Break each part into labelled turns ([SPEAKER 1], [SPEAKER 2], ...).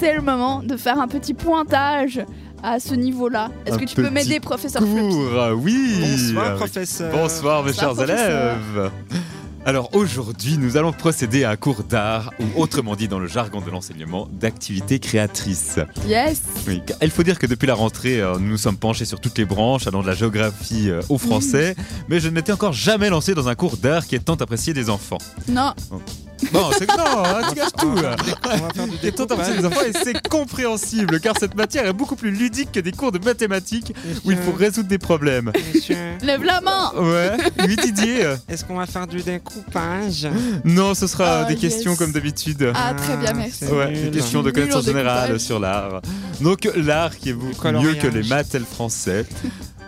[SPEAKER 1] c'est le moment de faire un petit pointage à ce niveau-là. Est-ce
[SPEAKER 2] Un
[SPEAKER 1] que tu peux
[SPEAKER 2] petit
[SPEAKER 1] m'aider, professeur Floppy
[SPEAKER 2] Cours, euh, oui
[SPEAKER 3] Bonsoir,
[SPEAKER 2] avec-
[SPEAKER 3] professeur.
[SPEAKER 2] Bonsoir, mes chers
[SPEAKER 1] Bonsoir,
[SPEAKER 2] élèves Alors aujourd'hui, nous allons procéder à un cours d'art, ou autrement dit dans le jargon de l'enseignement, d'activité créatrice.
[SPEAKER 1] Yes
[SPEAKER 2] Oui, car il faut dire que depuis la rentrée, euh, nous nous sommes penchés sur toutes les branches, allant de la géographie euh, au français, mais je ne m'étais encore jamais lancé dans un cours d'art qui est tant apprécié des enfants.
[SPEAKER 1] Non,
[SPEAKER 2] Non, c'est que non, hein, tu gâches tout hein.
[SPEAKER 3] On va faire du
[SPEAKER 2] Qui est tant
[SPEAKER 3] découpage.
[SPEAKER 2] apprécié des enfants et c'est compréhensible, car cette matière est beaucoup plus ludique que des cours de mathématiques où il
[SPEAKER 3] Euh.
[SPEAKER 2] faut résoudre des problèmes.
[SPEAKER 3] Monsieur,
[SPEAKER 1] lève la main
[SPEAKER 2] Ouais, oui Didier euh,
[SPEAKER 3] est-ce qu'on va faire du découpage
[SPEAKER 2] Non, ce sera
[SPEAKER 1] Ah,
[SPEAKER 2] des
[SPEAKER 1] yes.
[SPEAKER 2] questions comme d'habitude.
[SPEAKER 1] Ah, très bien, merci.
[SPEAKER 3] c'est
[SPEAKER 2] Ouais,
[SPEAKER 3] nul.
[SPEAKER 2] des questions de
[SPEAKER 1] Nul en
[SPEAKER 2] connaissances générales
[SPEAKER 1] découpage.
[SPEAKER 2] sur l'art. Donc l'art qui est beaucoup mieux
[SPEAKER 3] coloriage.
[SPEAKER 2] que les maths et le français.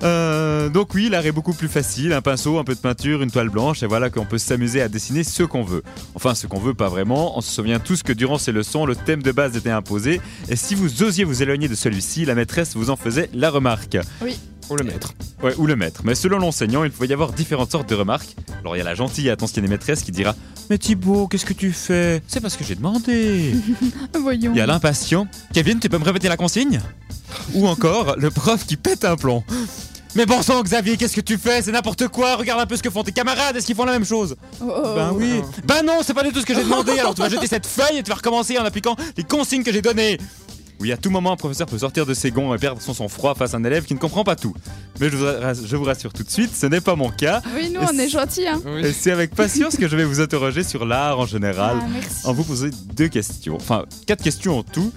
[SPEAKER 2] Euh, donc oui, l'art est beaucoup plus facile, un pinceau, un peu de peinture, une toile blanche, et voilà qu'on peut s'amuser à dessiner ce qu'on veut. Enfin, ce qu'on veut, pas vraiment. On se souvient tous que durant ces leçons, le thème de base était imposé, et si vous osiez vous éloigner de celui-ci, la maîtresse vous en faisait la remarque.
[SPEAKER 3] Ou le maître.
[SPEAKER 2] Ouais, ou le maître. Mais selon l'enseignant, il peut y avoir différentes sortes de remarques. Alors il y a la gentille et attention des maîtresses qui dira Mais Thibaut, qu'est-ce que tu fais C'est parce que j'ai demandé.
[SPEAKER 1] Voyons.
[SPEAKER 2] Il y a l'impatient Kevin, tu peux me répéter la consigne Ou encore le prof qui pète un plomb. Mais bon sang, Xavier, qu'est-ce que tu fais C'est n'importe quoi. Regarde un peu ce que font tes camarades. Est-ce qu'ils font la même chose
[SPEAKER 1] Oh, oh.
[SPEAKER 2] Ben oui.
[SPEAKER 3] Oh.
[SPEAKER 2] Ben non, c'est pas du tout ce que j'ai demandé. Alors tu vas jeter cette feuille et tu vas recommencer en appliquant les consignes que j'ai données. Oui, à tout moment, un professeur peut sortir de ses gonds et perdre son sang-froid face à un élève qui ne comprend pas tout. Mais je vous rass- je vous rassure tout de suite, ce n'est pas mon cas.
[SPEAKER 1] Oui, nous, on est gentils, hein.
[SPEAKER 2] Et c'est avec patience que je vais vous interroger sur l'art en général
[SPEAKER 1] Ah, merci.
[SPEAKER 2] en vous poser deux questions. Enfin, quatre questions en tout.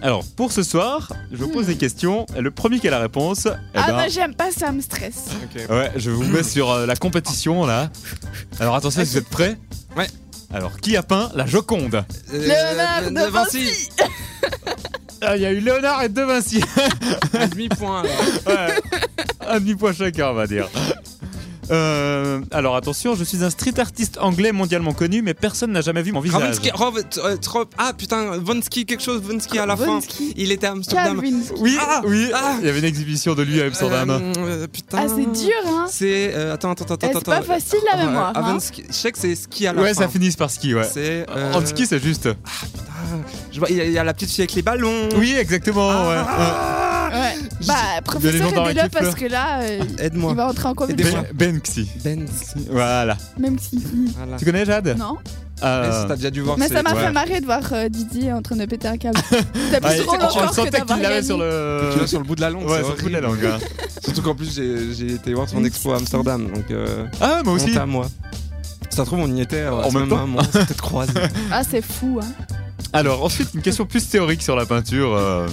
[SPEAKER 2] Alors, pour ce soir, je vous pose
[SPEAKER 1] Hmm.
[SPEAKER 2] des questions. Et le premier qui a la réponse, eh
[SPEAKER 1] Ah,
[SPEAKER 2] ben,
[SPEAKER 1] bah, j'aime pas, ça me stresse.
[SPEAKER 3] Ok.
[SPEAKER 2] ouais, je vous mets sur euh, la compétition là. Alors, attention, si vous êtes prêts
[SPEAKER 3] Ouais.
[SPEAKER 2] Alors, qui a peint la Joconde
[SPEAKER 3] Euh,
[SPEAKER 1] Léonard de Vinci.
[SPEAKER 2] Ah, il y a eu Léonard et De Vinci.
[SPEAKER 3] Un demi-point. alors.
[SPEAKER 2] Ouais. Un demi-point chacun, on va dire. Euh, alors attention, je suis un street artiste anglais mondialement connu, mais personne n'a jamais vu mon visage.
[SPEAKER 3] Ravinsky, Rov- euh, trop- ah putain, Vonsky, quelque chose, Vonsky à la fin.
[SPEAKER 1] Vonsky.
[SPEAKER 3] Il était à Amsterdam.
[SPEAKER 1] Calvin.
[SPEAKER 2] Oui,
[SPEAKER 3] Ah,
[SPEAKER 2] oui.
[SPEAKER 3] ah.
[SPEAKER 2] il y avait une exhibition de lui à Amsterdam.
[SPEAKER 3] Euh, euh, putain.
[SPEAKER 1] Ah, c'est dur, hein.
[SPEAKER 3] C'est. euh, attends, attends, attends,
[SPEAKER 1] Eh,
[SPEAKER 3] attends.
[SPEAKER 1] C'est pas facile la
[SPEAKER 3] Euh,
[SPEAKER 1] mémoire. hein.
[SPEAKER 3] Avonsky- je sais que c'est ski à la
[SPEAKER 2] ouais,
[SPEAKER 3] fin.
[SPEAKER 2] ça finit par ski, ouais.
[SPEAKER 3] C'est. euh,
[SPEAKER 2] En ski, c'est juste.
[SPEAKER 3] putain, je vois, il y, a- il y a la petite fille avec les ballons. Ah.
[SPEAKER 2] Oui, exactement.
[SPEAKER 1] Ah. Ouais. Bah,
[SPEAKER 2] Donnez-nous dans
[SPEAKER 1] professeur,
[SPEAKER 2] la
[SPEAKER 1] aidez-le
[SPEAKER 2] queue,
[SPEAKER 1] parce que là, euh, il
[SPEAKER 3] Aide-moi.
[SPEAKER 1] va entrer en
[SPEAKER 2] ouais.
[SPEAKER 3] Aidez-moi.
[SPEAKER 1] compétition.
[SPEAKER 2] Ben- Banksy.
[SPEAKER 3] Ben.
[SPEAKER 2] Voilà.
[SPEAKER 1] Même si.
[SPEAKER 3] Voilà.
[SPEAKER 2] Tu connais Jade
[SPEAKER 1] Non.
[SPEAKER 2] Euh,
[SPEAKER 3] Mais ça, T'as déjà dû voir.
[SPEAKER 1] Mais
[SPEAKER 3] Oh, c'est-
[SPEAKER 1] ça m'a
[SPEAKER 2] ouais.
[SPEAKER 1] fait marrer de voir euh, Didier en train de péter un câble. C'était
[SPEAKER 2] ouais,
[SPEAKER 1] plus drôle
[SPEAKER 2] on le
[SPEAKER 1] encore que
[SPEAKER 2] Ah, sentait
[SPEAKER 1] d'avoir
[SPEAKER 2] qu'il l'avait
[SPEAKER 1] gagné.
[SPEAKER 2] sur le.
[SPEAKER 3] Tu l'as sur le bout de la langue.
[SPEAKER 2] Ouais,
[SPEAKER 3] c'est
[SPEAKER 2] sur le bout de
[SPEAKER 3] horrible.
[SPEAKER 2] la langue. hein.
[SPEAKER 3] Surtout qu'en plus, j'ai- j'ai été voir son expo à Amsterdam. Donc. euh,
[SPEAKER 2] Ah, moi aussi.
[SPEAKER 3] honte à moi. Si ça se trouve, on y était euh,
[SPEAKER 2] En
[SPEAKER 3] la
[SPEAKER 2] même
[SPEAKER 3] semaine
[SPEAKER 2] temps.
[SPEAKER 3] même, on s'est peut-être croisés.
[SPEAKER 1] Ah, c'est fou. Hein.
[SPEAKER 2] Alors, ensuite, une question plus théorique sur la peinture. euh,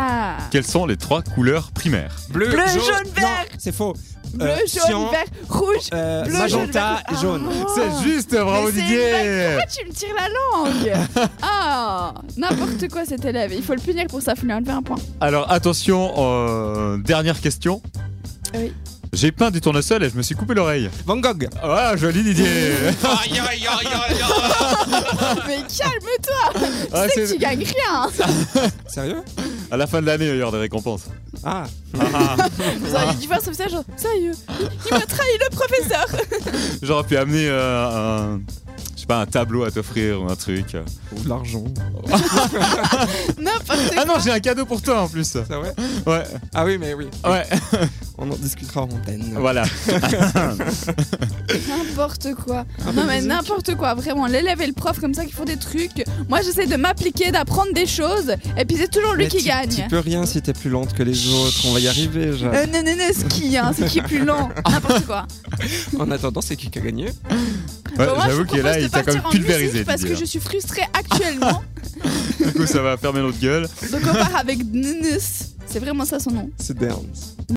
[SPEAKER 1] Ah.
[SPEAKER 2] quelles sont les trois couleurs primaires
[SPEAKER 3] Bleu,
[SPEAKER 1] Bleu, jaune, jaune, vert.
[SPEAKER 3] Non, C'est faux.
[SPEAKER 1] Bleu,
[SPEAKER 3] Euh,
[SPEAKER 1] jaune,
[SPEAKER 3] cyan,
[SPEAKER 1] vert, rouge.
[SPEAKER 3] euh,
[SPEAKER 1] bleu,
[SPEAKER 3] magenta,
[SPEAKER 1] jaune, vert.
[SPEAKER 3] jaune.
[SPEAKER 1] Ah.
[SPEAKER 2] C'est juste, bravo
[SPEAKER 1] Mais c'est
[SPEAKER 2] Didier
[SPEAKER 1] Pourquoi tu me tires la langue Ah N'importe quoi cet élève. Il faut le punir pour ça. Il faut lui enlever un point.
[SPEAKER 2] Alors attention, euh, dernière question.
[SPEAKER 1] Oui.
[SPEAKER 2] J'ai peint du tournesol et je me suis coupé l'oreille.
[SPEAKER 3] Van Gogh.
[SPEAKER 2] Ah, joli Didier
[SPEAKER 3] Aïe, aïe, aïe, aïe, aïe.
[SPEAKER 1] Mais calme-toi.
[SPEAKER 2] Ah,
[SPEAKER 1] tu sais que
[SPEAKER 2] c'est-
[SPEAKER 1] tu gagnes rien. hein.
[SPEAKER 3] Sérieux
[SPEAKER 2] À la fin de l'année, il y aura des récompenses.
[SPEAKER 3] Ah.
[SPEAKER 2] Ah, ah.
[SPEAKER 1] Vous auriez dû voir ce visage. genre, Sérieux Il il m'a trahi le professeur.
[SPEAKER 2] J'aurais pu amener euh, un, je sais pas, un tableau à t'offrir ou un truc.
[SPEAKER 3] Ou de l'argent.
[SPEAKER 1] N'importe quoi.
[SPEAKER 2] Ah non, j'ai un cadeau pour toi en plus.
[SPEAKER 3] C'est vrai
[SPEAKER 2] Ouais,
[SPEAKER 3] Ah oui, mais oui.
[SPEAKER 2] ouais,
[SPEAKER 3] On en discutera en antenne.
[SPEAKER 2] voilà.
[SPEAKER 1] N'importe quoi.
[SPEAKER 3] Un peu
[SPEAKER 1] Non
[SPEAKER 3] de
[SPEAKER 1] mais
[SPEAKER 3] musique.
[SPEAKER 1] n'importe quoi, vraiment. L'élève et le prof comme ça qui font des trucs. Moi j'essaie de m'appliquer, d'apprendre des choses. Et puis c'est toujours lui
[SPEAKER 3] Mais
[SPEAKER 1] qui
[SPEAKER 3] tu- Tu
[SPEAKER 1] gagne.
[SPEAKER 3] peux rien si t'es plus lente que les autres. On va y arriver. Jade.
[SPEAKER 1] Euh, non, non, non, ce qui, hein, c'est qui est plus lent. N'importe quoi.
[SPEAKER 3] En attendant, c'est qui qui a gagné
[SPEAKER 2] Ouais,
[SPEAKER 1] Bon, Bah, moi, je
[SPEAKER 2] Bah, J'avoue
[SPEAKER 1] vous
[SPEAKER 2] que là,
[SPEAKER 1] propose de
[SPEAKER 2] il t'a quand
[SPEAKER 1] partir
[SPEAKER 2] même
[SPEAKER 1] en
[SPEAKER 2] pulvérisé.
[SPEAKER 1] musique Parce que
[SPEAKER 2] Didier.
[SPEAKER 1] je suis frustrée actuellement.
[SPEAKER 2] Du coup, ça va fermer notre gueule.
[SPEAKER 1] Donc on part avec Nunus. C'est vraiment ça son nom.
[SPEAKER 3] C'est Burns.